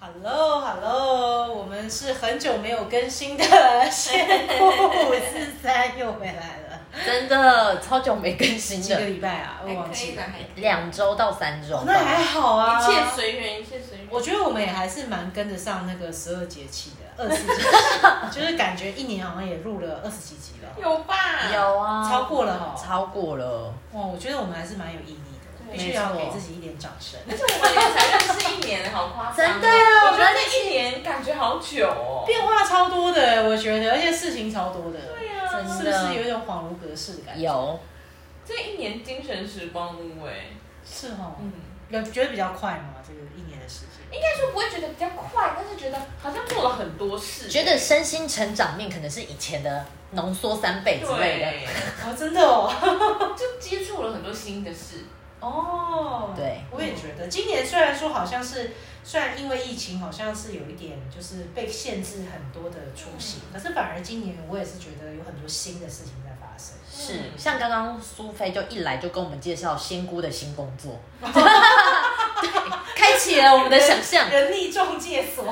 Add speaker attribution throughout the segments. Speaker 1: Hello Hello，我们是很久没有更新 的仙姑五四三又回来了，
Speaker 2: 真的超久没更新
Speaker 1: 几个
Speaker 2: 的，
Speaker 1: 礼拜啊，我
Speaker 3: 还
Speaker 1: 忘
Speaker 3: 可以
Speaker 1: 记
Speaker 3: 的，
Speaker 1: 了。
Speaker 3: 还可以
Speaker 2: 两周到三周
Speaker 1: 哦
Speaker 2: 吧。
Speaker 1: 那还好啊，
Speaker 3: 一切随缘，一切随缘。
Speaker 1: 我觉得我们也还是蛮跟得上那个十二节气 的，二十节气，就是感觉一年好像也录了二十几集了，
Speaker 3: 有吧？。
Speaker 2: 有啊，
Speaker 1: 超过了哦。
Speaker 2: 超过了，
Speaker 1: 哇，我觉得我们还是蛮有毅力的，
Speaker 3: 对
Speaker 1: 必须要
Speaker 2: 没
Speaker 1: 给
Speaker 2: 错
Speaker 1: 自己一点掌声。
Speaker 3: 而且我们也才认识一年，好夸张哦！
Speaker 2: 真的啊
Speaker 3: 我觉得那一年感觉好久哦。
Speaker 1: 变化超多的，我觉得，而且事情超多的，
Speaker 3: 对啊，
Speaker 1: 是
Speaker 2: 真
Speaker 1: 不
Speaker 2: 的
Speaker 1: 是有一种恍如隔世的感觉？
Speaker 2: 有
Speaker 3: 这一年精神时光屋哎，
Speaker 1: 是哦，
Speaker 3: 嗯，
Speaker 1: 有觉得比较快吗？这个一年的时间，
Speaker 3: 应该说不会觉得比较快，但是觉得好像做了很多事，
Speaker 2: 觉得身心成长面可能是以前的浓缩三倍之类的。
Speaker 3: 对，
Speaker 1: 哦，真的哦，
Speaker 3: 就接触了很多新的事。
Speaker 1: 哦，
Speaker 2: 对
Speaker 1: 我也觉得，今年虽然说好像是，虽然因为疫情好像是有一点就是被限制很多的出行，
Speaker 3: 嗯
Speaker 1: 可是反而今年我也是觉得有很多新的事情在发生。
Speaker 2: 是，像刚刚苏菲就一来就跟我们介绍仙姑的新工 作，对，开启了我们的想象。
Speaker 1: 人力中介所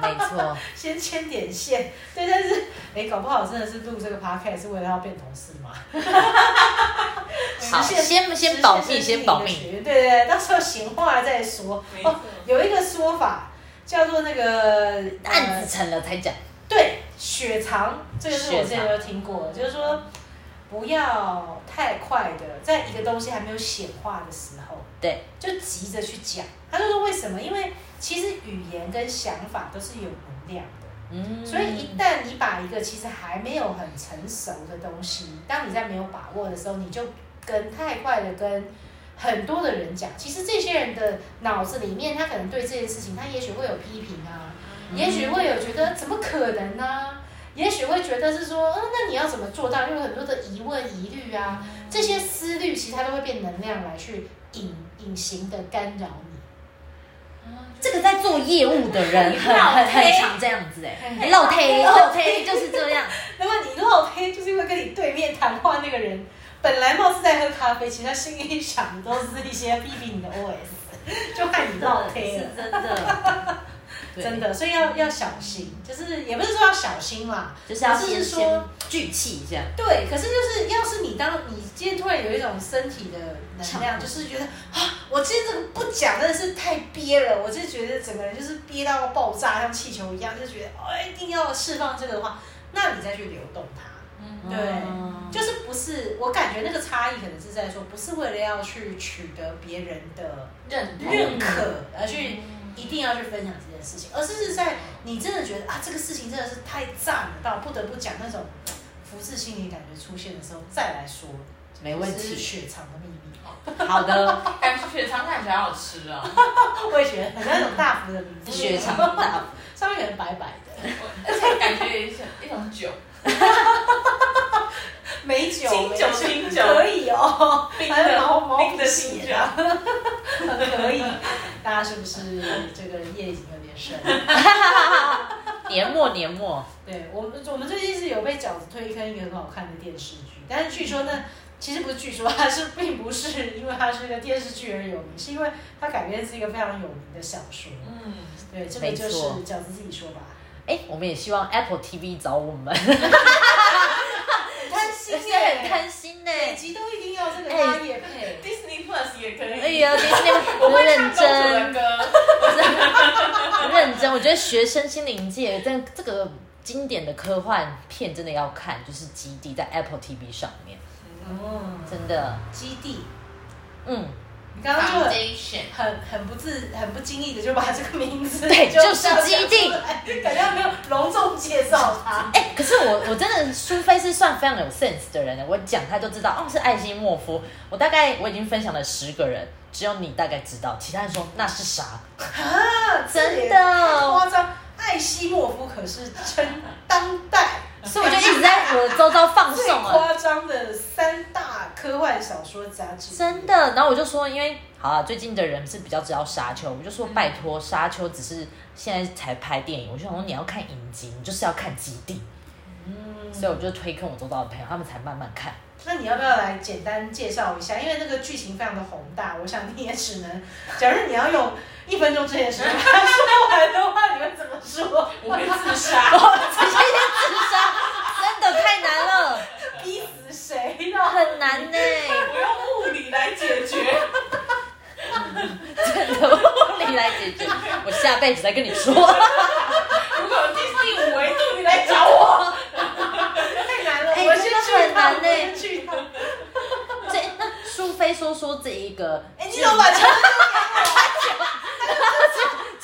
Speaker 2: 没错，
Speaker 1: 先牵点线， 对，但是哎、搞不好真的是录这个 podcast 是为了要变同事嘛？
Speaker 2: 好，
Speaker 1: 实现
Speaker 2: 先先保
Speaker 1: 实
Speaker 2: 密，
Speaker 1: 现身
Speaker 2: 先
Speaker 1: 体
Speaker 2: 保
Speaker 1: 的
Speaker 2: 密。
Speaker 1: 学，对对对，到时候闲话再说。
Speaker 3: 没错
Speaker 1: 哦，有一个说法叫做那个
Speaker 2: 案
Speaker 1: 呃
Speaker 2: 子成了才讲，
Speaker 1: 对，血藏这个是我之前
Speaker 2: 血
Speaker 1: 有听过的，就是说不要太快的，在一个东西还没有显化的时候，
Speaker 2: 对，
Speaker 1: 就急着去讲。他就说为什么？因为其实语言跟想法都是有能量的。
Speaker 2: 嗯，
Speaker 1: 所以一旦你把一个其实还没有很成熟的东西，当你在没有把握的时候，你就跟太快的跟很多的人讲，其实这些人的脑子里面，他可能对这件事情，他也许会有批评啊，也许会有觉得怎么可能呢、也许会觉得是说，嗯，那你要怎么做到？就有很多的疑问、疑虑啊，这些思虑其实它都会变能量来去隐隐形的干扰你。
Speaker 2: 这个在做业务的人 很很很常这样子哎，漏推漏推就是这样，
Speaker 1: 那么你落黑，就是因为跟你对面谈话那个人，本来貌似在喝咖啡，其实他心里想的都是一些批评 你的 OS，就害你落黑了
Speaker 2: 是。真的，对
Speaker 1: 真，的，所以要要小心，就是也不是说要小心啦，
Speaker 2: 就是要
Speaker 1: 只
Speaker 2: 先
Speaker 1: 是说
Speaker 2: 先聚气一下，
Speaker 1: 对。可是就是，要是你当你今天突然有一种身体的能量，
Speaker 2: 强迫
Speaker 1: 就是觉得啊，我今天这个不讲真的是太憋了，我就觉得整个人就是憋到爆炸，像气球一样，就觉得哦，一定要释放这个的话，那你再去流动它。
Speaker 3: 嗯
Speaker 1: 对
Speaker 2: 嗯
Speaker 1: 就是不是我感觉那个差异可能是在说，不是为了要去取得别人的
Speaker 3: 认同
Speaker 1: 认可而去一定要去分享这件事情，而是是在你真的觉得啊，这个事情真的是太赞了，到不得不讲那种福至心理感觉出现的时候再来说，
Speaker 2: 没问
Speaker 1: 这是
Speaker 2: 题，
Speaker 1: 雪藏的秘密。
Speaker 2: 好的，
Speaker 3: 感觉血肠看起来好吃 啊！
Speaker 1: 我也觉得很那种大福的名字，
Speaker 2: 血肠大 福，
Speaker 1: 上面可能白白的，
Speaker 3: 而且感觉有一种一种酒，
Speaker 1: 美酒，
Speaker 3: 清 酒
Speaker 1: 美
Speaker 3: 清酒
Speaker 1: 可以哦，
Speaker 3: 冰
Speaker 1: 还有
Speaker 3: 的
Speaker 1: 毛毛
Speaker 3: 冰
Speaker 1: 笔
Speaker 3: 的清
Speaker 1: 写
Speaker 3: 酒。
Speaker 1: 啊， 可以。大家是不是这个夜已经有点深了？
Speaker 2: 年末年末，
Speaker 1: 对我们，我们最近是有被饺子推坑一个很好看的电视剧，但是据说
Speaker 2: 嗯
Speaker 1: 呢，其实不是据说，它是并不是因为它是个电视剧而有名，是因为它改编自一个非常有名的小说。
Speaker 3: 嗯，
Speaker 1: 对，这个就是
Speaker 2: 没错
Speaker 1: 饺子自己 说吧。
Speaker 2: 哎，我们也希望 Apple TV 找我们，
Speaker 1: 很贪心
Speaker 2: 是哎
Speaker 1: 耶，
Speaker 2: 很贪心呢，
Speaker 1: 每集都一定要这个拉夜配。
Speaker 3: Disney Plus 也可以。
Speaker 2: 哎呀，你
Speaker 3: 我
Speaker 2: 你
Speaker 3: 会
Speaker 2: 认
Speaker 3: 唱公主
Speaker 2: 真
Speaker 3: 的。歌。
Speaker 2: 哎 认真，我觉得学生心灵界但这个经典的科幻片真的要看，就是《基地》在 Apple TV 上面，
Speaker 1: 哦，
Speaker 2: 真的，
Speaker 1: 基地，
Speaker 2: 嗯，
Speaker 1: 你刚
Speaker 3: 啊
Speaker 1: 刚就很
Speaker 3: Foundation
Speaker 1: 很很不自很不经意的就把这个名字
Speaker 2: 对就是
Speaker 1: 这样
Speaker 2: 基地
Speaker 1: 讲出来 感觉没有隆重介绍它。
Speaker 2: 哎、可是我我真的苏菲是算非常有 sense 的人了，我讲他就知道，哦，是艾希莫夫，我大概我已经分享了十个人，只有你大概知道，其他人说那是啥？
Speaker 1: 啊，
Speaker 2: 真的
Speaker 1: 这也太夸张！艾希莫夫可是真当代，
Speaker 2: 所以我就一直在我的周遭放
Speaker 1: 最
Speaker 2: 送啊了，
Speaker 1: 夸张的三大科幻小说杂志，
Speaker 2: 真的。然后我就说，因为好啊，最近的人是比较知道沙丘，我就说拜托，沙丘只是现在才拍电影，我就想说你要看影集，你就是要看基地。
Speaker 1: 嗯，
Speaker 2: 所以我就推坑我周遭的朋友，他们才慢慢看。
Speaker 1: 那你要不要来简单介绍一下？因为那个剧情非常的宏大，我想你也只能，假如你要用一分钟之前的事情，他 说完的话，你会怎么说？
Speaker 3: 我会自杀。
Speaker 2: 我直接自杀， 真的太难了，
Speaker 1: 逼死谁呢？
Speaker 2: 很难呢、
Speaker 3: 我用物理来解决。
Speaker 2: 真的物理来解决，我下辈子再跟你 说。
Speaker 3: 如果有第第五维度，你来找我。
Speaker 1: 太难了，
Speaker 2: 哎
Speaker 1: 我先
Speaker 2: 真的
Speaker 1: 去一趟，
Speaker 2: 很难
Speaker 1: 我先
Speaker 2: 呢
Speaker 1: 去一趟。
Speaker 2: 这那苏菲说说这一个，
Speaker 1: 哎，你怎么把这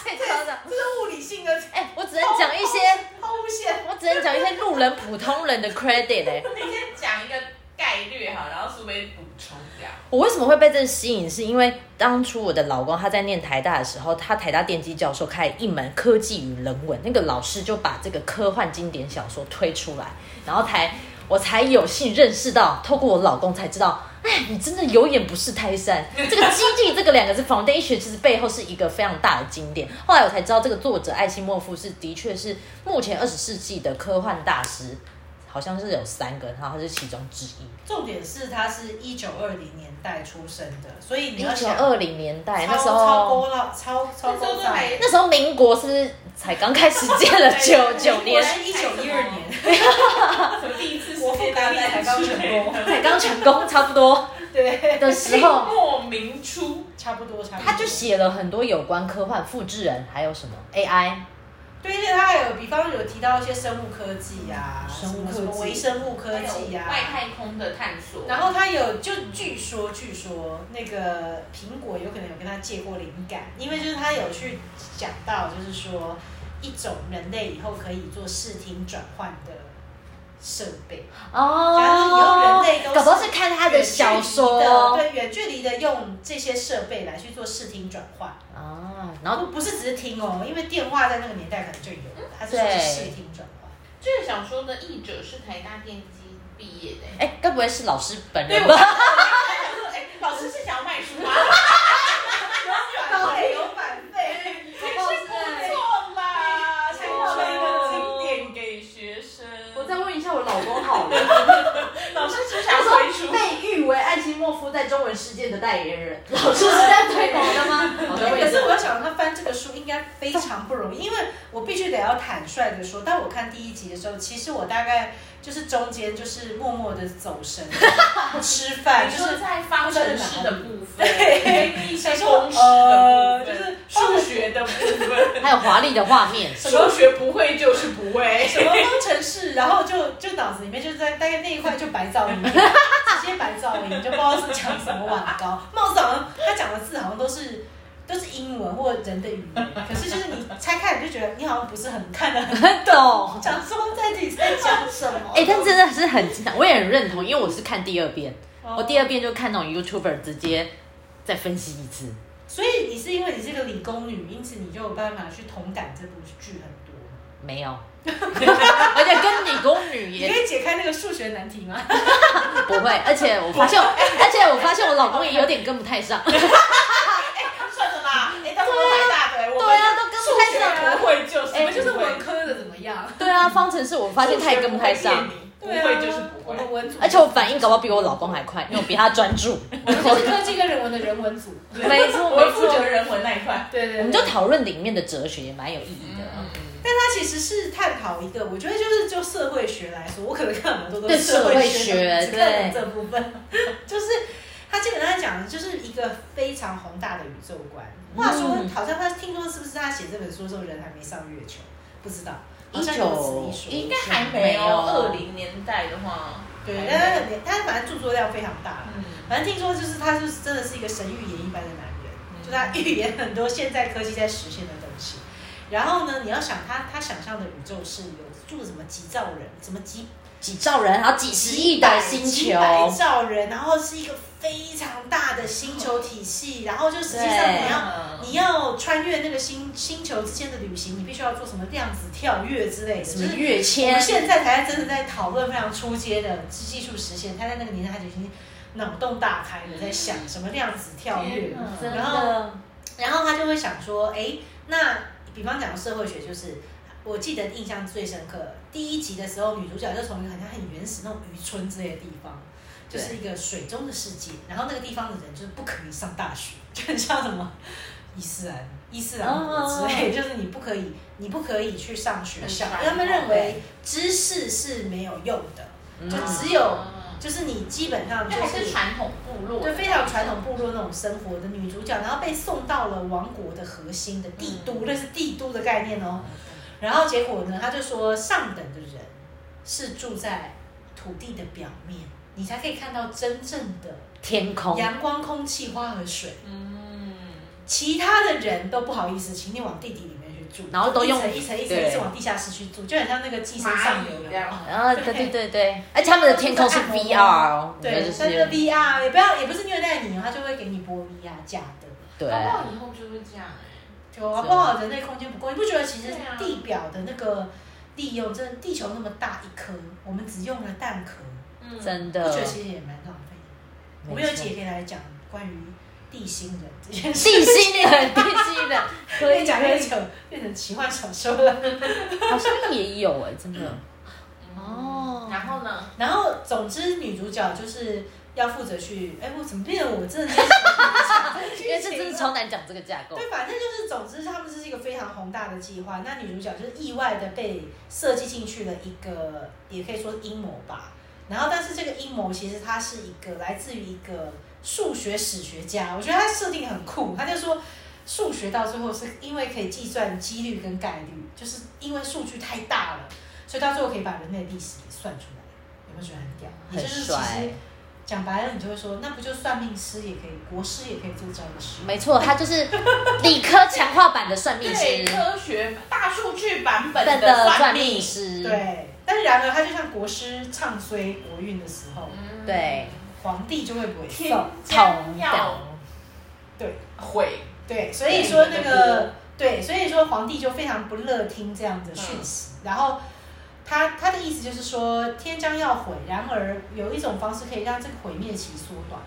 Speaker 2: 这超的？
Speaker 1: 这是物理性的？
Speaker 2: 哎、我只能讲一些，
Speaker 1: 抛物线。
Speaker 2: 我只能讲一些路人普通人的 credit 哎、
Speaker 3: 你先讲一个概率哈，然后苏菲补充掉。
Speaker 2: 我为什么会被这吸引？是因为当初我的老公他在念台大的时候，他台大电机教授开一门科技与人文，那个老师就把这个科幻经典小说推出来，然后才我才有幸认识到，透过我老公才知道，哎，你真的有眼不识泰山。啊这个基地这个两个字 foundation，其实背后是一个非常大的经典。后来我才知道，这个作者艾希莫夫是的确是目前二十世纪的科幻大师，好像是有三个，然后他是其中之一。
Speaker 1: 重点是他是一九二零年代出生的，所以你
Speaker 2: 一
Speaker 1: 要
Speaker 2: 九
Speaker 1: 想
Speaker 2: 二零年代
Speaker 1: 超
Speaker 2: 那时候，
Speaker 1: 超高了，超超
Speaker 3: 那时
Speaker 1: 高
Speaker 3: 候都
Speaker 1: 涨
Speaker 3: 还
Speaker 2: 那时候民国是不是才刚开始建了 九九
Speaker 1: 我
Speaker 2: 年，
Speaker 1: 是一九一二年，
Speaker 3: 什么第一次
Speaker 1: 我
Speaker 3: 世
Speaker 1: 父
Speaker 3: 界
Speaker 1: 大
Speaker 3: 大
Speaker 1: 力
Speaker 3: 战
Speaker 1: 才刚成功，
Speaker 2: 才刚成功差不多
Speaker 1: 对，
Speaker 2: 的时候，
Speaker 3: 末明初，
Speaker 1: 差不多差不多。
Speaker 2: 他就写了很多有关科幻复制人，还有什么 AI，
Speaker 1: 对，而且他还有，比方有提到一些生物科技呀、
Speaker 2: 生
Speaker 1: 什
Speaker 2: 物
Speaker 1: 么
Speaker 2: 科技
Speaker 1: 什么微生物科
Speaker 3: 还
Speaker 1: 技
Speaker 3: 有
Speaker 1: 呀、
Speaker 3: 外太空的探索，
Speaker 1: 然后他有，就据说据说那个苹果有可能有跟他借过灵感，因为就是他有去讲到，就是说一种人类以后可以做视听转换的设备，假如以后人
Speaker 2: 哦，
Speaker 1: 类都
Speaker 2: 搞不好
Speaker 1: 是
Speaker 2: 是看他的小说
Speaker 1: 远距离的
Speaker 2: 哦，
Speaker 1: 对远距离的用这些设备来去做视听转换，
Speaker 2: 啊，然后
Speaker 1: 不不是只是听哦，因为电话在那个年代可能就有，他是说是
Speaker 2: 对
Speaker 1: 视听转换。
Speaker 3: 这个小说的译者是台大电机毕业的。
Speaker 2: 哎，该不会是老师本
Speaker 3: 对，
Speaker 2: 人
Speaker 3: 我
Speaker 2: 吧？
Speaker 3: 想说，哎，老师是想要卖书吗？
Speaker 2: 哦
Speaker 1: 反费有反费，
Speaker 3: 是 不错啦，才出了经典给学生。
Speaker 4: 我再问一下我老公好了，
Speaker 3: 老师只
Speaker 4: 他
Speaker 3: 想推
Speaker 4: 说
Speaker 3: 出，
Speaker 4: 被誉为艾希莫夫在中文世界的代言人，老师是在推广的吗？我再问
Speaker 1: 可
Speaker 4: 一
Speaker 1: 是我
Speaker 4: 下，
Speaker 1: 要想他翻这个书应该非常不容易，因为我必须得要坦率的说，当我看第一集的时候，其实我大概就是中间就是默默的走神，吃饭，
Speaker 3: 你
Speaker 1: 就
Speaker 3: 说
Speaker 1: 是
Speaker 3: 在方程式的部分，一些
Speaker 1: 想说
Speaker 3: 公式的
Speaker 1: 呃，
Speaker 3: 部
Speaker 1: 就
Speaker 3: 分，
Speaker 1: 是
Speaker 3: 数学的部分，
Speaker 2: 还有华丽的画面，
Speaker 3: 数学不会就是不会。
Speaker 1: 什么方程式， 然后就就脑子里面就在大概那一块就白噪 音，直接白噪音，就不知道是讲什么碗糕，貌似好像他讲的字好像都是都是英文或人的语言，可是就是你拆开你就觉得你好像不是很看得很
Speaker 2: 很懂。
Speaker 1: 讲说在底在讲什么。
Speaker 2: 哎、但真的是很精彩，我也很认同，因为我是看第二遍，
Speaker 1: 哦
Speaker 2: 我第二遍就看那种 YouTuber 直接再分析一次。
Speaker 1: 所以你是因为你是个理工女，因此你就有办法去同感这部剧很多。
Speaker 2: 没有，而且跟理工女
Speaker 1: 你
Speaker 2: 也
Speaker 1: 可以解开那个数学难题吗？
Speaker 2: 啊不会，而且 我发现，而且我发现我老公也有点跟不太上。
Speaker 1: 啊
Speaker 3: 算了啦，哎，当时太大的，我
Speaker 2: 对啊，都跟不太上。
Speaker 3: 数学不会就是
Speaker 2: 哎
Speaker 1: 我就是
Speaker 3: 不会
Speaker 1: 文科的怎么样？
Speaker 2: 对啊，方程式我发现他也跟不太上，
Speaker 3: 不会就是不会
Speaker 1: 我。们文组，
Speaker 2: 啊而且我反应搞不好比我老公还快，因为我比他专 注。
Speaker 1: 我们就是科技跟人文的人文组。
Speaker 2: 没错
Speaker 3: 我会负责人文那一块。
Speaker 1: 对对对
Speaker 2: 我们就讨论里面的哲学，蛮有意义的。
Speaker 1: 但它其实是探讨一个，我觉得就是就社会学来说，我可能看很多都
Speaker 2: 对
Speaker 1: 是会
Speaker 2: 社会
Speaker 1: 学
Speaker 2: 学
Speaker 1: 只看这部分，就是它基本上讲的就是一个非常宏大的宇宙观。话说，
Speaker 2: 嗯
Speaker 1: 好像他听说是不是他写这本书的时候人还没上月球？不知道，好
Speaker 2: 一
Speaker 1: 像有
Speaker 2: 九
Speaker 1: 此一说。
Speaker 3: 应该还没有二零年代的话，
Speaker 1: 对，但他
Speaker 3: 还
Speaker 1: 很他反正著作量非常大啦，
Speaker 3: 嗯，
Speaker 1: 反正听说就是他就是真的是一个神预言一般的男人，
Speaker 2: 嗯
Speaker 1: 就他预言很多现在科技在实现的东西。然后呢，你要想他他想象的宇宙是有住什么几兆人，什么几
Speaker 2: 几兆人，还有几十亿的星
Speaker 1: 几
Speaker 2: 球，
Speaker 1: 百兆人，然后是一个非常大的星球体系，然后就实际上
Speaker 2: 对
Speaker 1: 你要
Speaker 3: 要
Speaker 1: 你要穿越那个星星球之间的旅行，你必须要做什么量子跳跃之类的，
Speaker 2: 什
Speaker 1: 就是
Speaker 2: 么跃
Speaker 1: 我
Speaker 2: 迁
Speaker 1: 们，现在才真的在讨论非常出街的技术实现，他在那个年代他就已经脑洞大开了，在想什么量子跳跃，
Speaker 2: 真
Speaker 1: 然后
Speaker 2: 的
Speaker 1: 然后他就会想说，哎，那比方讲社会学就是。我记得印象最深刻，第一集的时候，女主角就从一个很像很原始那种渔村之类的地方，就
Speaker 2: 对
Speaker 1: 是一个水中的世界，然后那个地方的人就是不可以上大学，就很像什么伊斯兰伊斯兰国之类，就是你不可以你不可以去上学校，因为他们认为知识是没有用的，
Speaker 2: 嗯
Speaker 1: 就
Speaker 3: 嗯
Speaker 1: 只有就是你基本上就
Speaker 3: 就还是
Speaker 1: 是。
Speaker 3: 传统部落，
Speaker 1: 嗯对，非常传统部落那种生活的女主角，然后被送到了王国的核心的帝都，那是帝都的概念哦。然后结果呢，他就说上等的人是住在土地的表面，你才可以看到真正的
Speaker 2: 天空，
Speaker 1: 阳光、空气、花和水。
Speaker 3: 嗯，
Speaker 1: 其他的人都不好意思，请你往地底里面去住，
Speaker 2: 然后都用
Speaker 1: 一层一层一层
Speaker 2: 对
Speaker 1: 一层往地下室去住，就很像那个寄生上
Speaker 3: 蚂
Speaker 1: 流有
Speaker 3: 蚁
Speaker 1: 没
Speaker 3: 这
Speaker 1: 有
Speaker 3: 样。
Speaker 2: 然后对对对对，而且他们的天空是 VR，哦
Speaker 1: 对，
Speaker 2: 就
Speaker 1: 但是
Speaker 2: 是
Speaker 1: VR 也不要，也不是虐待你哦，他就会给你播 VR 假的。
Speaker 2: 对
Speaker 3: 搞不好以后就会这样哎，
Speaker 1: 就啊，不好的那空间不够，你不觉得其实
Speaker 3: 对啊
Speaker 1: 地表的那个利用，真的地球那么大一颗，我们只用了蛋壳，
Speaker 3: 嗯
Speaker 2: 真
Speaker 1: 我觉
Speaker 2: 的
Speaker 1: 得，其实也蛮浪费的。我
Speaker 2: 呃没
Speaker 1: 们有
Speaker 2: 错
Speaker 1: 几天来讲关于地心人这件事，
Speaker 2: 地心人，地心人，可
Speaker 1: 越
Speaker 2: 以
Speaker 1: 讲
Speaker 2: 可
Speaker 1: 越
Speaker 2: 以，
Speaker 1: 久，变成奇幻小说了。
Speaker 2: 好像也有哎，真的
Speaker 3: 哦，然后呢？
Speaker 1: 然后，总之女主角就是要负责去，哎，我怎么变得我真的变成
Speaker 2: 因为这真的超难讲这个架构，
Speaker 1: 对，反正就是，总之他们这是一个非常宏大的计划。那女主角就是意外的被设计进去了一个，也可以说阴谋吧。然后，但是这个阴谋其实它是一个来自于一个数学史学家，我觉得他设定很酷。他就说，数学到最后是因为可以计算几率跟概率，就是因为数据太大了，所以到最后可以把人类历史给算出来。有没有觉得很屌？也
Speaker 2: 很
Speaker 1: 就是其
Speaker 2: 帅
Speaker 1: 实。讲白了，你就会说，那不就算命师也可以，国师也可以做这样的事。
Speaker 2: 没错，他就是理科强化版的算命
Speaker 3: 对，
Speaker 2: 师，
Speaker 3: 科学大数据版本
Speaker 2: 本
Speaker 3: 的
Speaker 2: 的算
Speaker 3: 算
Speaker 2: 命
Speaker 3: 命，
Speaker 1: 嗯
Speaker 2: 师，
Speaker 1: 对，但是然而他就像国师唱衰国运的时候，
Speaker 3: 嗯
Speaker 2: 对，
Speaker 1: 皇帝就会不会
Speaker 3: 天
Speaker 1: 受。
Speaker 2: 统
Speaker 3: 将要
Speaker 1: 对
Speaker 3: 毁，
Speaker 1: 对，所以说那个
Speaker 3: 嗯
Speaker 1: 对，所以说皇帝就非常不乐听这样的讯息。然后他他的意思就是说，天将要毁，然而有一种方式可以让这个毁灭期缩短，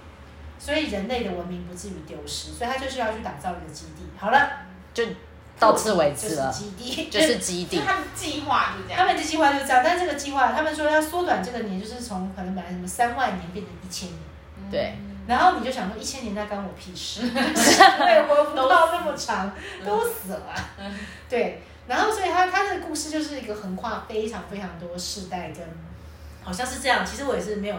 Speaker 1: 所以人类的文明不至于丢失。所以他就是要去打造一个基地。好了，
Speaker 2: 就到此为止了
Speaker 1: 就，是基地，
Speaker 2: 就是基
Speaker 3: 就
Speaker 2: 地，
Speaker 3: 他们计划是这
Speaker 1: 他
Speaker 3: 样，
Speaker 1: 们的计划就是这样，但这个计划他们说要缩短这个年，就是从可能本来什么三万年变成一千年。
Speaker 3: 嗯
Speaker 2: 对
Speaker 1: 然后你就想说一千年那干我屁 事，我也活不到那么长，都死了。对，然后所以他他的故事就是一个横跨非常非常多世代跟，好像是这样。其实我也是没有，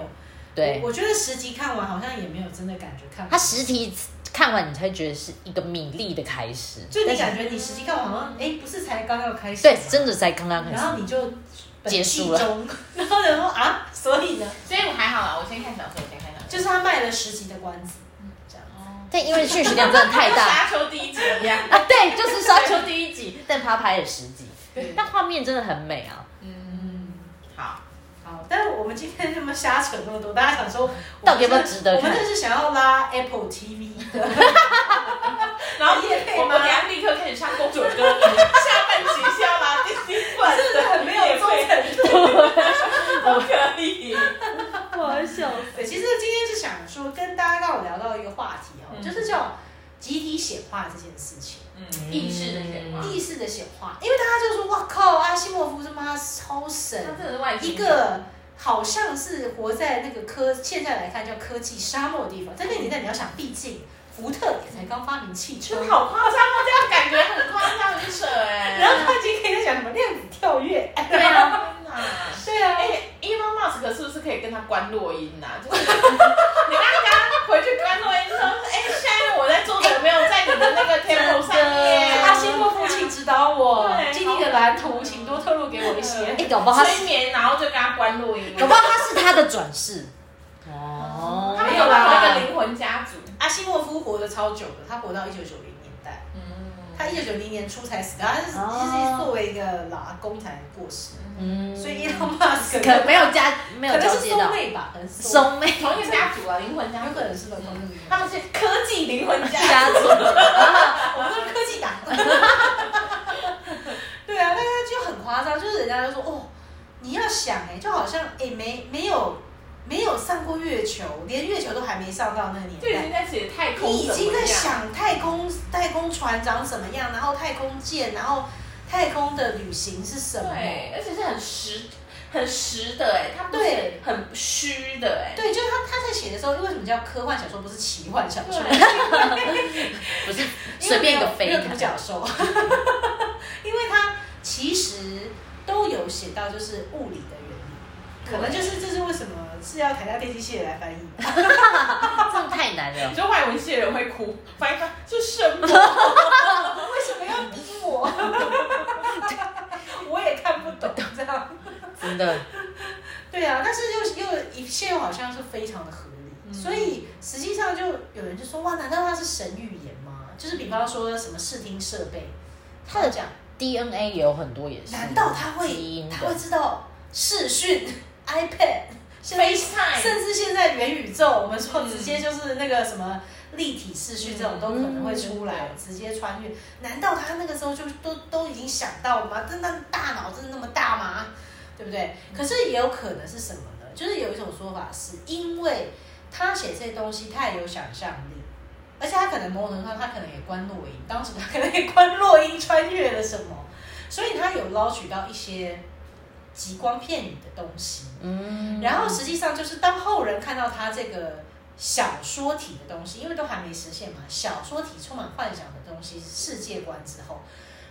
Speaker 2: 对
Speaker 1: 我，我觉得十集看完好像也没有真的感觉看
Speaker 2: 他
Speaker 1: 完，
Speaker 2: 实体看完你才觉得是一个米粒的开始，
Speaker 1: 就你
Speaker 2: 但是
Speaker 1: 感觉你十集看完好像哎不是才刚要开始吗，
Speaker 2: 对，真的才刚刚开
Speaker 1: 然后
Speaker 2: 始，
Speaker 1: 你就本
Speaker 2: 结
Speaker 1: 季
Speaker 2: 束了
Speaker 1: 中， 然后然后啊，所以呢，
Speaker 3: 所以我还好啦，我先看小说，我先看小说，
Speaker 1: 就是他卖了十集的关子，这样。
Speaker 2: 但因为讯息量真的太 大
Speaker 3: 沙丘第一集一样，
Speaker 2: 啊，对，就是沙丘第一集，但他拍了十集，但画面真的很美啊，
Speaker 3: 嗯，好，
Speaker 1: 好，但是我们今天这么瞎扯那么多，大家想说
Speaker 2: 到底有没有值得
Speaker 1: 我
Speaker 2: 看
Speaker 1: 们这是想要拉 Apple TV 的，
Speaker 3: 然后
Speaker 1: 夜配吗
Speaker 3: 我们等一下立刻开始唱公主歌，下半集是要拉 Disney Plus
Speaker 1: 真的很没有忠
Speaker 3: 夜
Speaker 1: 诚度。
Speaker 3: 配不可以，
Speaker 2: 我好笑，
Speaker 1: 对，其实今天是想说跟大家让我聊到一个话题哦，
Speaker 3: 嗯
Speaker 1: 就是叫集体显化这件事情，
Speaker 3: 嗯，意识的显化，
Speaker 1: 意识的显化，因为大家就说哇靠，阿西莫夫他妈超神，
Speaker 3: 他真的是外星
Speaker 1: 一
Speaker 3: 人
Speaker 1: 个好像是活在那个科，现在来看叫科技沙漠的地方，在那个年代你要想，毕竟福特也才刚发明汽车
Speaker 3: 真。的好夸张哦，这样感觉很夸张，很扯哎。
Speaker 1: 然后他今天在讲什么量子跳跃？
Speaker 3: 对啊，天哪
Speaker 1: 对啊，
Speaker 3: 哎，Elon Musk 是不是可以跟他关录音啊？就是 你让他回去关录音说，哎，现在我在做的没有在你的那个 table 上面。
Speaker 1: 阿星莫夫，请
Speaker 3: 啊
Speaker 1: 指导我
Speaker 3: 对
Speaker 1: 今天的蓝图，请多透露给我一些。
Speaker 2: 哎，搞不好他
Speaker 3: 嗯催
Speaker 2: 是，
Speaker 3: 眠，然后就跟他关录音。
Speaker 2: 搞不好他是他的转世，哦
Speaker 3: 他们有那个灵魂家族。
Speaker 1: 阿西莫夫活得超久的，他活到一九九零年代，
Speaker 3: 嗯，
Speaker 1: 他一九九零年初才死掉，他是
Speaker 2: 哦
Speaker 1: 其实作为一个老阿公才过世，
Speaker 2: 嗯，
Speaker 1: 所以伊隆马斯
Speaker 2: 可能没有加没有
Speaker 1: 可能
Speaker 2: 交
Speaker 1: 是
Speaker 2: 接到
Speaker 1: 收。妹吧，可能是收妹
Speaker 2: 兄妹
Speaker 3: 同一个家族啊，灵魂家
Speaker 1: 有
Speaker 3: 族
Speaker 1: 可。能是龙妹，
Speaker 3: 他们是科技灵魂家族。
Speaker 2: 家族，
Speaker 1: 我们都是科技党。对啊，但是就很夸张，就是人家就说哦，你要想哎、就好像哎、没没有没有上过月球，连月球都还没上到那个年
Speaker 3: 就已经
Speaker 1: 代。
Speaker 3: 在写太空
Speaker 1: 你已
Speaker 3: 怎
Speaker 1: 经
Speaker 3: 么
Speaker 1: 在
Speaker 3: 样？
Speaker 1: 想太空太空船长什么样，然后太空舰，然后太空的旅行是什么？
Speaker 3: 对，而且是很实，很实的哎、他不是
Speaker 1: 对
Speaker 3: 很虚的哎、
Speaker 1: 对，就是他他在写的时候，为什么叫科幻小说不是奇幻小 说？
Speaker 2: 不
Speaker 1: 因
Speaker 2: 是
Speaker 1: 为
Speaker 2: 随便一个
Speaker 1: 没
Speaker 2: 飞
Speaker 1: 有没有独角兽， 因为它其实都有写到就是物理的原理，可能就是这是为什么是要台大电机系的来翻译，
Speaker 2: 这样太难了
Speaker 3: 你。说外文系的人会哭，翻一翻这什么？
Speaker 1: 为什么要逼 我？我也看不懂，这样
Speaker 2: 真的，
Speaker 1: 对啊，但是又又一切又好像是非常的合理，所以实际上就有人就说哇，难道它是神预言吗？就是比方说什么视听设备，他有讲。
Speaker 2: DNA 也有很多也是，
Speaker 1: 难道他
Speaker 2: 基
Speaker 1: 会
Speaker 2: 因的
Speaker 1: 他会知道视讯、iPad，现在
Speaker 3: FaceTime
Speaker 1: 甚至现在元宇宙，我们说直接就是那个什么立体视讯这种
Speaker 3: 嗯
Speaker 1: 都可能会出来，
Speaker 3: 嗯
Speaker 1: 直接穿越。难道他那个时候就都都已经想到了吗？真的大脑真的那么大吗？对不对？可是也有可能是什么呢？就是有一种说法是因为他写这些东西太有想象力。而且他可能某种程度上，他可能也关洛英，当时他可能也关洛英穿越了什么，所以他有捞取到一些极光片语的东西。
Speaker 2: 嗯，
Speaker 1: 然后实际上就是当后人看到他这个小说体的东西，因为都还没实现嘛，小说体充满幻想的东西世界观之后，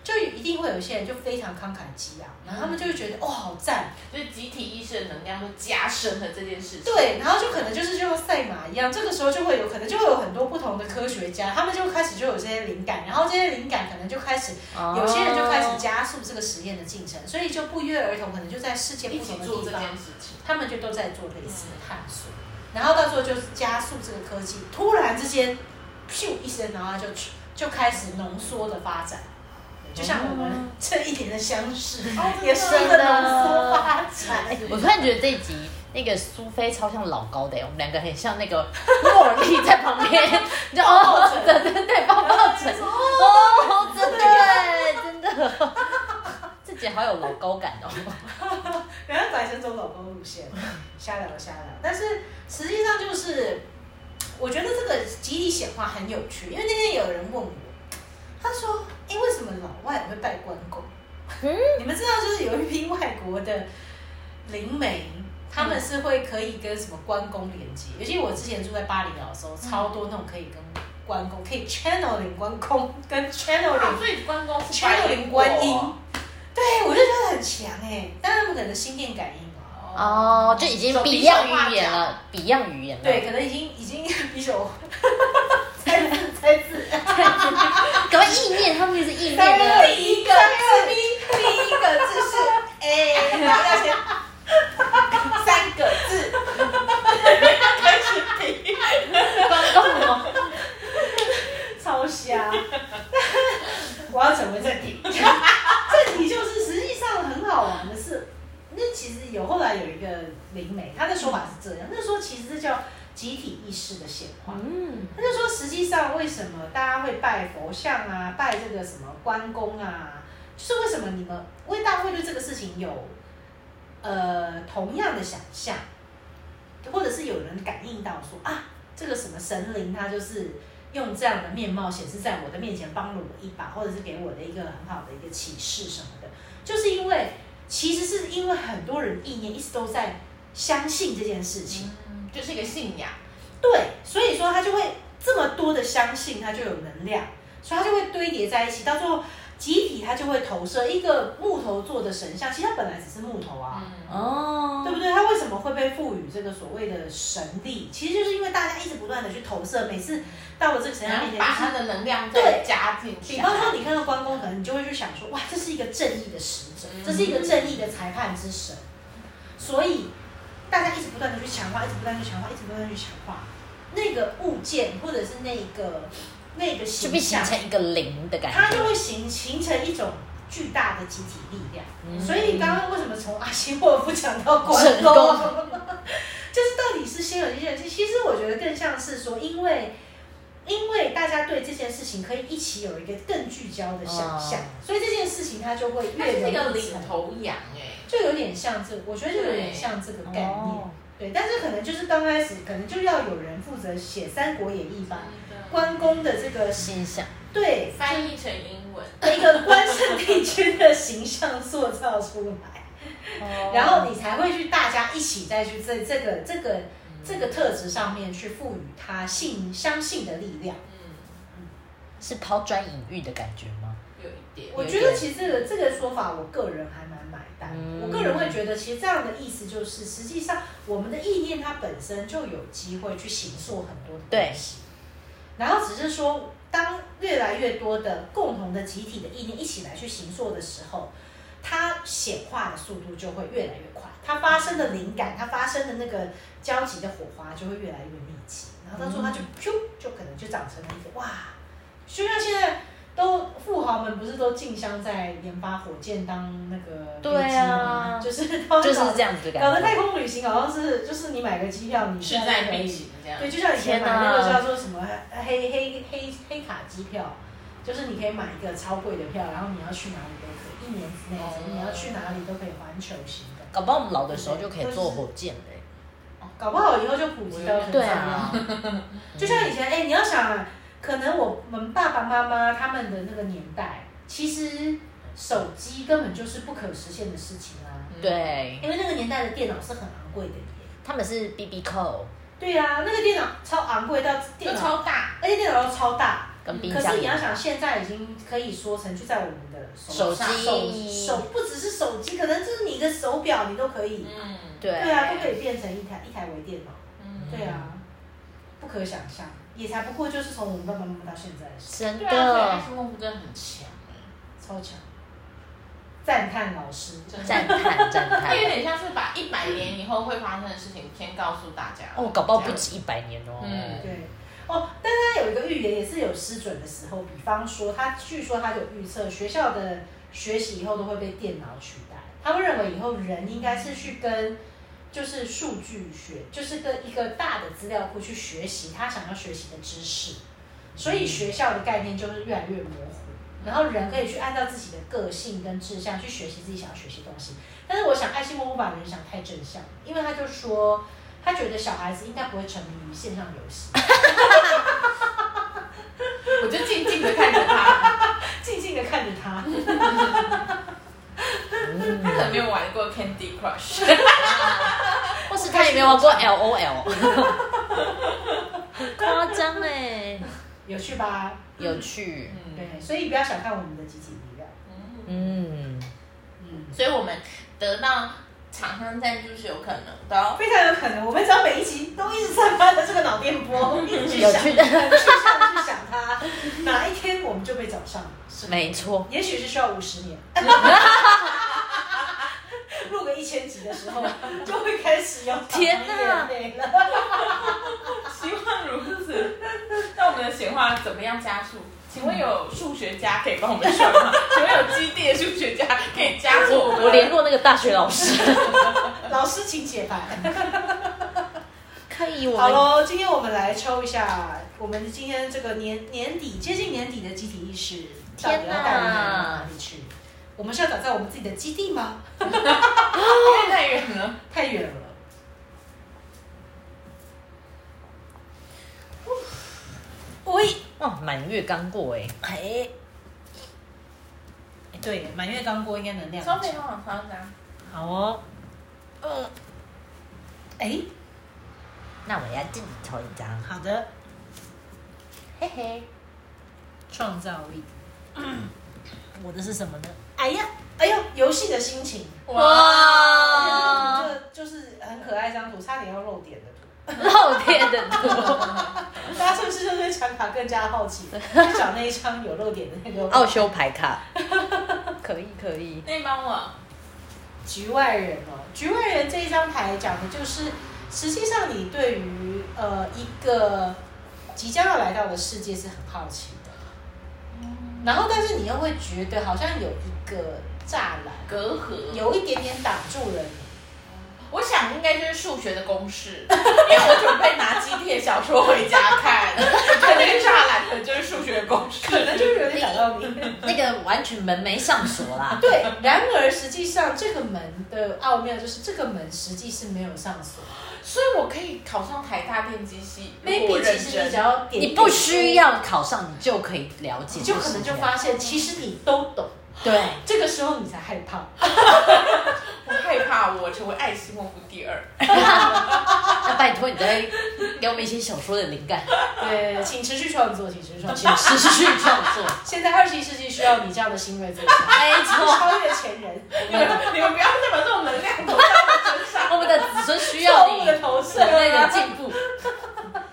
Speaker 1: 就一定会有一些人就非常慷慨激昂，然后他们就会
Speaker 3: 嗯
Speaker 1: 觉得、哦好赞，
Speaker 3: 就是集体意识的能量会加深了这件事情。，
Speaker 1: 对，然后就可能就是就像赛马一样，这个时候就会有可能就会有很多不同的科学家，他们就开始就有这些灵感，然后这些灵感可能就开始
Speaker 3: 哦
Speaker 1: 有些人就开
Speaker 2: 哦
Speaker 1: 始加速这个实验的进程，所以就不约而同，可能就在世界
Speaker 3: 一
Speaker 1: 不
Speaker 3: 起
Speaker 1: 同的
Speaker 3: 做
Speaker 1: 地
Speaker 3: 这
Speaker 1: 方
Speaker 3: 件，事情。
Speaker 1: 他们就都在做类似的探索，然后到最后就是加速这个科技，突然之间，咻一声，然后它就就开始浓缩的发展，就像我们这一年的相识，也是
Speaker 2: 真
Speaker 1: 个
Speaker 2: 的
Speaker 1: 浓缩发展。
Speaker 2: 我突然觉得这一集那个苏菲超像老高的、欸，我们两个很像那个莫尔利在旁 边，你就哦，对对对，抱抱枕，哦，真的耶真的，这集好有老高感哦。
Speaker 1: 不要转成走老公路线， 瞎聊瞎聊。但是实际上就是，我觉得这个集体显化很有趣，因为那天有人问我，他说：“哎、为什么老外会拜关公？”
Speaker 2: 嗯
Speaker 1: 你们知道，就是有一批外国的灵媒，他们是会可以跟什么关公连接，尤其我之前住在巴厘岛的时候，超多那种可以跟关公可以 channeling 关公 跟 channeling
Speaker 3: 啊，所以关公是
Speaker 1: 千
Speaker 3: 白
Speaker 1: 灵
Speaker 3: 灵
Speaker 1: 观音
Speaker 3: 果，
Speaker 1: 对我就觉得很强哎、但他们可能心电感应嘛，
Speaker 2: 哦，就已经
Speaker 3: 手
Speaker 2: 比
Speaker 3: 比
Speaker 2: 样
Speaker 3: 手
Speaker 2: 语言
Speaker 3: 画
Speaker 2: 了，比样语言了。
Speaker 1: 对，，可能已经已经匕首，猜字猜字，
Speaker 2: 赶快意念，他们也是意
Speaker 1: 三
Speaker 2: 念
Speaker 1: 二
Speaker 2: 的。
Speaker 1: 一，三二一，第一个字是 A，然后要先三个字，
Speaker 3: 开始比。
Speaker 2: 关公哦，
Speaker 1: 超瞎，我要成为正题，正题就是实际上很好玩的是，那其实有后来有一个灵媒，他的说法是这样，那时候其实这叫集体意识的显化。
Speaker 2: 嗯，
Speaker 1: 他就说，实际上为什么大家会拜佛像啊，拜这个什么关公啊，就是为什么你们为大家会对这个事情有呃同样的想象，或者是有人感应到说啊，这个什么神灵他就是用这样的面貌显示在我的面前，帮了我一把，或者是给我的一个很好的一个启示什么的，就是因为其实是因为很多人意念一直都在相信这件事情。
Speaker 3: 就是一个信仰，
Speaker 1: 对，所以说他就会这么多的相信，他就有能量，所以他就会堆叠在一起，到最后集体它就会投射一个木头做的神像，其实它本来只是木头啊，
Speaker 3: 嗯，
Speaker 2: 哦，
Speaker 1: 对不对？它为什么会被赋予这个所谓的神力？其实就是因为大家一直不断的去投射，每次到了这个神
Speaker 3: 然
Speaker 1: 像
Speaker 3: 后
Speaker 1: 面前，
Speaker 3: 把
Speaker 1: 就是
Speaker 3: 它的能量再加进去。啊
Speaker 1: 比方说，你看到关公，可能你就会去想说，哇，这是一个正义的使者，这是一个正义的裁判之神。所以大家一直不断的去强化，一直不断的去强化，一直不断的去强化那个物件或者是那个那个
Speaker 2: 就
Speaker 1: 形
Speaker 2: 被形
Speaker 1: 象，
Speaker 2: 成一个零的感
Speaker 1: 它就
Speaker 2: 觉。
Speaker 1: 会形形成一种巨大的集体力量。
Speaker 2: 嗯
Speaker 1: 所以刚刚为什么从阿西莫夫讲到关
Speaker 2: 神
Speaker 1: 公，
Speaker 2: 功
Speaker 1: 就是到底是先有鸡人鸡？其实我觉得更像是说，因为因为大家对这件事情可以一起有一个更聚焦的想象，
Speaker 2: 哦
Speaker 1: 所以这件事情它就会
Speaker 3: 它
Speaker 1: 越
Speaker 3: 是一个
Speaker 1: 容易
Speaker 3: 领头羊哎，
Speaker 1: 就有点像这个，我觉得就有点像这个概念。
Speaker 2: 哦
Speaker 1: 对，但是可能就是刚开始，可能就要有人负责写《三国演义》吧，关公的这个
Speaker 2: 现象，
Speaker 1: 对
Speaker 3: 翻译成英文，
Speaker 1: 一个关圣帝君的形象塑造出来。
Speaker 2: 哦
Speaker 1: 然后你才会去大家一起再去这这个这个
Speaker 3: 嗯
Speaker 1: 这个特质上面去赋予他信相信的力量。
Speaker 3: 嗯，
Speaker 2: 是抛砖引玉的感觉吗？
Speaker 3: 有一点，
Speaker 1: 我觉得其实这个这个说法，我个人还蛮买单的。
Speaker 2: 嗯
Speaker 1: 我个人会觉得，其实这样的意思就是，实际上我们的意念它本身就有机会去形塑很多的东西，然后只是说，当越来越多的共同的集体的意念一起来去形塑的时候，它显化的速度就会越来越快，它发生的灵感，它发生的那个交集的火花就会越来越密集，然后到时候它
Speaker 2: 嗯
Speaker 1: 就噗，就可能就长成了一个哇，就像现在。都富豪们不是都竞相在研发火箭当那个
Speaker 2: 对
Speaker 1: 飞机
Speaker 2: 啊
Speaker 1: 吗就是都
Speaker 2: 就是
Speaker 1: 搞
Speaker 2: 这样子的
Speaker 1: 搞得
Speaker 2: 感
Speaker 1: 太
Speaker 2: 觉。
Speaker 1: 空旅行好像是就是你买个机票，你
Speaker 3: 势在必
Speaker 1: 飞
Speaker 3: 行这样。
Speaker 1: 对，就像以前买
Speaker 2: 天哪
Speaker 1: 那个叫做什么呃黑黑黑黑卡机票，就是你可以买一个超贵的票，然后你要去哪里都可以，一年之内
Speaker 3: 哦
Speaker 1: 你要去哪里都可以环球型的。
Speaker 2: 搞不好我们老的时候就可以坐火箭嘞、
Speaker 1: 搞不好以后就普及到很
Speaker 2: 哦对
Speaker 1: 重
Speaker 2: 啊
Speaker 1: 要。就像以前，哎、你要想啊，可能我们爸爸妈妈他们的那个年代，其实手机根本就是不可实现的事情啊，
Speaker 3: 嗯，
Speaker 2: 对，
Speaker 1: 因为那个年代的电脑是很昂贵的耶。
Speaker 2: 他们是 B B 扣
Speaker 1: 对啊，那个电脑超昂贵到
Speaker 3: 就
Speaker 1: 电脑，
Speaker 3: 超大，
Speaker 1: 而且电脑都超大。
Speaker 2: 跟冰
Speaker 1: 可
Speaker 2: 箱
Speaker 1: 是
Speaker 2: 一
Speaker 1: 你
Speaker 2: 样
Speaker 1: 要，想，现在已经可以说成就在我们的手
Speaker 2: 手
Speaker 1: 上
Speaker 2: 机
Speaker 1: 手手不只是手机，可能就是你的手表，你都可以。
Speaker 3: 嗯，
Speaker 2: 对
Speaker 1: 对啊，都可以变成一台一台微电脑。
Speaker 3: 嗯，
Speaker 1: 对啊，不可想象，也才不过就是从我们爸爸妈妈到现在的事，
Speaker 2: 真
Speaker 3: 对啊，所以艾
Speaker 2: 的
Speaker 3: 斯莫夫真的很强哎，
Speaker 1: 超强，赞叹老师。
Speaker 3: 真的。
Speaker 2: 赞叹赞
Speaker 3: 它
Speaker 2: 叹
Speaker 3: 有。点像是把一百年以后会发生的事情先告诉大家。
Speaker 2: 哦，搞不好不止一百年哦。
Speaker 3: 嗯
Speaker 1: 对，哦，但他有一个预言也是有失准的时候，比方说他据说他有预测学校的学习以后都会被电脑取代，他会认为以后人应该是去跟就是数据学，就是跟一个大的资料库去学习他想要学习的知识，所以学校的概念就是越来越模糊。然后人可以去按照自己的个性跟志向去学习自己想要学习的东西，但是我想艾希莫不把人想太正向了，因为他就说他觉得小孩子应该不会沉迷于线上游戏，
Speaker 3: 我就静静的看着他，
Speaker 1: 静静的看着他。
Speaker 2: 嗯
Speaker 3: 他可能没有玩过 Candy Crush。
Speaker 2: 或是他也没有玩过 L O L，夸张哎，
Speaker 1: 有趣吧？
Speaker 2: 有趣，
Speaker 1: 对，所以不要小看我们的集体力量。
Speaker 3: 嗯，
Speaker 2: 嗯，
Speaker 1: 嗯，
Speaker 3: 所以我们得到厂商赞助是有可能的哦。
Speaker 1: 非常有可能，我们只要每一集都一直散发着这个脑电 波，一直去
Speaker 2: 有
Speaker 1: 想，
Speaker 2: 趣的，
Speaker 1: 去想，去想它，哪一天我们就被找上了。
Speaker 2: 没错，
Speaker 1: 也许是需要五十 年，录个一千集的时候，就会开始有
Speaker 2: 天哪
Speaker 1: 哪，了。
Speaker 3: 希望如此。 那我们的显化怎么样加速？请问有数学家可以帮我们算 吗？请问有基地的数学家可以加速我们？
Speaker 2: 我联络那个大学老师，
Speaker 1: 老师，请解牌。
Speaker 2: 可以，我
Speaker 1: 好
Speaker 2: 们
Speaker 1: 喽，今天我们来抽一下我们今天这个年年底接近年底的集体意识，到底
Speaker 2: 天
Speaker 1: 要
Speaker 2: 哪
Speaker 1: 带我们到哪里去？我们是要打在我们自己的基地吗？
Speaker 3: 太太远了。
Speaker 1: 太远了。喂，
Speaker 2: 哇，满月刚过哎，
Speaker 1: 哎，对，满月刚过，应该能量
Speaker 3: 消
Speaker 1: 很
Speaker 3: 费
Speaker 1: 强。
Speaker 3: 方法夸张。
Speaker 1: 好哦，
Speaker 2: 嗯，
Speaker 1: 哎，
Speaker 2: 那我要自己抽一张，
Speaker 1: 好的，
Speaker 2: 嘿嘿，
Speaker 1: 创造力。我的是什么 呢？哎呀，哎呦，游戏的心情。
Speaker 2: 哇
Speaker 1: 这就是很可爱一张图，差点要露点的图。
Speaker 2: 露天的图，
Speaker 1: 大家是不是就对传卡更加好奇，去找那一张有露点的那个
Speaker 2: 奥修牌卡， 可以可以，
Speaker 3: 那你帮我，
Speaker 1: 局外人哦，局外人这一张牌讲的就是，实际上你对于呃一个即将要来到的世界是很好奇的，然后但是你又会觉得好像有一个栅栏，
Speaker 3: 隔阂。
Speaker 1: 有一点点挡住了你。
Speaker 3: 我想应该就是数学的公式， 因为我准备拿基地的小说回家 看，可能栅栏的就是数学公式，
Speaker 1: 可能就是有点打到你。
Speaker 2: 那个完全门没上锁 啦，
Speaker 1: 对，然而实际上这个门的奥妙就是这个门实际是没有上锁
Speaker 3: 所以我可以考上台大电机系。如果我
Speaker 1: ，maybe
Speaker 3: 认
Speaker 1: 其实你
Speaker 3: 真
Speaker 1: 只要点，
Speaker 2: 你不需，要考上，你就可以了解
Speaker 1: 你
Speaker 2: 这
Speaker 1: 就
Speaker 2: 个
Speaker 1: 可
Speaker 2: 世
Speaker 1: 能
Speaker 2: 界，
Speaker 1: 就发现其实你都懂，
Speaker 2: 对。
Speaker 1: 这个时候你才害怕。
Speaker 3: 我害化我成为艾希莫夫第 二。
Speaker 2: 那拜托你再给我们一些小说的灵感，
Speaker 1: 对，请持续创作，请持续创
Speaker 2: 请
Speaker 1: 作。
Speaker 2: 持续创 作。
Speaker 1: 现在二十一世纪需要你这样的新锐作家，
Speaker 2: 没错，
Speaker 1: 超越前人。
Speaker 3: 你们你们不要再把这种能量投到我身上，
Speaker 2: 我们的子孙需要
Speaker 3: 错
Speaker 2: 你
Speaker 3: 误的投射
Speaker 2: 人。类的啊进步。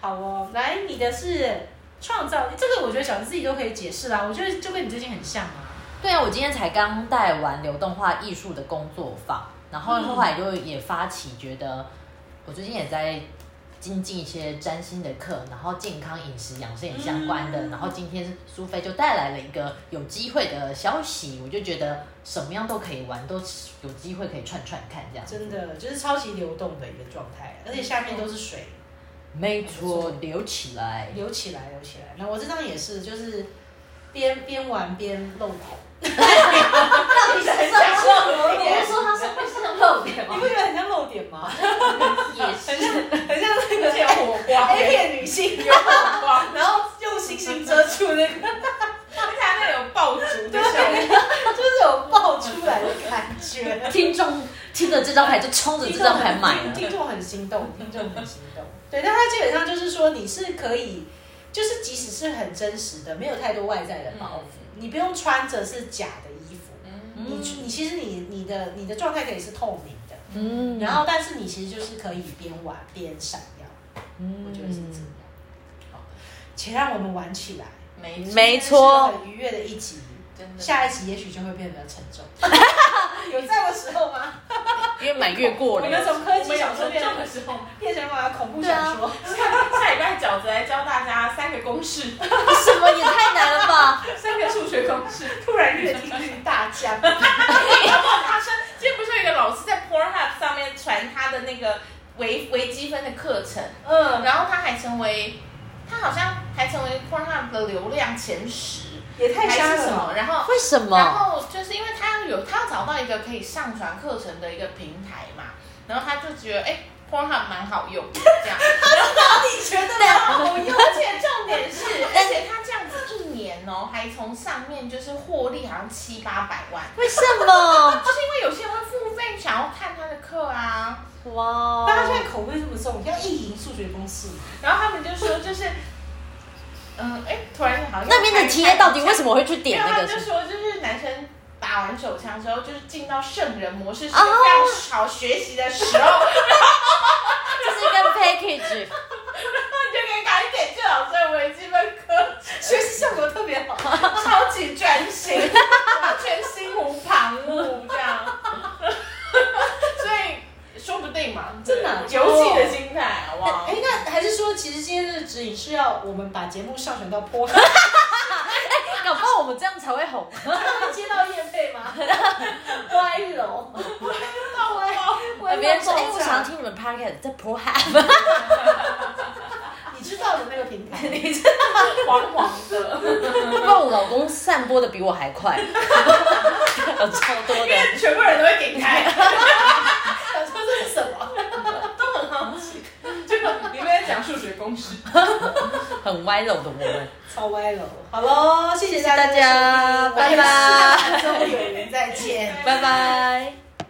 Speaker 1: 好哦，来，你的是创造，这个我觉得小林自己都可以解释啦。我觉得就跟你最近很像啊。
Speaker 2: 对啊，我今天才刚带完流动画艺术的工作坊，然后后来就也发起，觉得我最近也在精进一些占星的课，然后健康饮食养生也相关的。
Speaker 3: 嗯
Speaker 2: 然后今天苏菲就带来了一个有机会的消息，我就觉得什么样都可以玩，都有机会可以串串看这样。
Speaker 1: 真，的就是超级流动的一个状态，而且下面都是水
Speaker 2: 没错，留起来。
Speaker 1: 流起来，流起来。那我这张也是，就是边边玩边露头，
Speaker 4: 到底是什
Speaker 3: 很想
Speaker 4: 么？
Speaker 3: 说
Speaker 4: 你是说他是会是漏点
Speaker 1: 你
Speaker 4: 吗？
Speaker 1: 不觉得很像露点 吗？
Speaker 4: 也是
Speaker 3: 很像很像那 个有火光
Speaker 1: A 片女性，
Speaker 3: 有火光，
Speaker 1: 然后用星星遮住那个，
Speaker 3: 而且它那有爆竹的效果，
Speaker 1: 就是有爆出来的感觉。
Speaker 2: 听众听了这张牌就冲着这张牌买了，
Speaker 1: 听众很心动，听众很心动。对，但它基本上就是说，你是可以，就是即使是很真实的，没有太多外在的包袱，你不用穿着是假的衣服，
Speaker 3: 嗯，
Speaker 1: 你
Speaker 2: 嗯
Speaker 1: 你其实你你的你的状态可以是透明的，
Speaker 2: 嗯
Speaker 1: 然后但是你其实就是可以边玩边闪耀，
Speaker 2: 嗯
Speaker 1: 我觉得是这样。好，且让我们玩起来，
Speaker 3: 没错
Speaker 2: 没错
Speaker 1: 今天是很愉悦的一集。
Speaker 3: 真的
Speaker 1: 下一集也许就会变得沉 重，有这样的时候吗？
Speaker 2: 越买越过
Speaker 1: 我们
Speaker 2: 了。
Speaker 1: 从科
Speaker 3: 我
Speaker 1: 技
Speaker 3: 们有
Speaker 1: 小
Speaker 3: 时
Speaker 1: 说
Speaker 3: 候这
Speaker 1: 变
Speaker 3: 样的
Speaker 1: 成
Speaker 3: 时候，
Speaker 1: 变成嘛恐怖小说，
Speaker 3: 下礼拜饺子来教大家三个公式，
Speaker 2: 什么也太难了吧！
Speaker 3: 三个数学公式。
Speaker 1: 突然越听越大 降。
Speaker 3: 他说，今天不是有一个老师在 Pornhub 上面传他的那个微微积分的课程，
Speaker 1: 嗯，
Speaker 3: 然后他还成为，他好像还成为 Pornhub 的流量前十，
Speaker 1: 也太
Speaker 3: 还
Speaker 1: 瞎
Speaker 3: 是什么？
Speaker 1: 了。
Speaker 3: 然后
Speaker 2: 为什
Speaker 3: 然
Speaker 2: 么？
Speaker 3: 后就是因为他要有他要找到一个可以上传课程的一个平台嘛，然后他就觉得哎。Pornhub 蛮好用，这样，
Speaker 1: 啊你觉得呢？
Speaker 3: 好用，而且重点是，而且他这样子一年哦，还从上面就是获利好像七八百万，
Speaker 2: 为什么？
Speaker 3: 就是因为有些人会付费想要看他的课啊，
Speaker 2: 哇！
Speaker 1: 大家现在口味这么重，要意淫数学公式，
Speaker 3: 然后他们就说就是，嗯，哎，突然好像
Speaker 2: 那边的贴到底为什么会去
Speaker 3: 没
Speaker 2: 点
Speaker 3: 有，
Speaker 2: 那
Speaker 3: 他
Speaker 2: 个？
Speaker 3: 们就是说就是男生打完手枪之后，就是进到圣人模式，是一个非常好学习的时候，
Speaker 2: 这是一个 package，
Speaker 3: 你就可以赶紧点这老师的微积分课，
Speaker 1: 学习效果特别好。
Speaker 3: 超级专心，完全心无旁骛这样，所以说不定嘛，
Speaker 1: 真的啊
Speaker 3: 游戏的心态啊好不好
Speaker 1: 哎？，那还是说，其实今天的指引是要我们把节目上传到播，
Speaker 2: 搞不好我们这样才会红。
Speaker 1: 接到业费 吗？歪楼，歪歪
Speaker 2: 别人说，
Speaker 1: 到
Speaker 2: 哎，我
Speaker 1: 爆炸
Speaker 2: 想要听你们 podcast，在 pro have，
Speaker 1: 你知道的那个平 台，
Speaker 3: 黄黄的，
Speaker 2: 不然我老公散播的比我还快，有超多
Speaker 3: 因
Speaker 2: 的。
Speaker 3: 为全部人都会点开。
Speaker 1: 想说这是什么？
Speaker 3: 这个里面在讲数学公式。
Speaker 2: 很歪楼的我们，
Speaker 1: 超歪楼。好喽，谢谢大家的收听，
Speaker 2: 谢谢大家拜拜
Speaker 1: 我们下周有缘再见。
Speaker 2: 拜拜。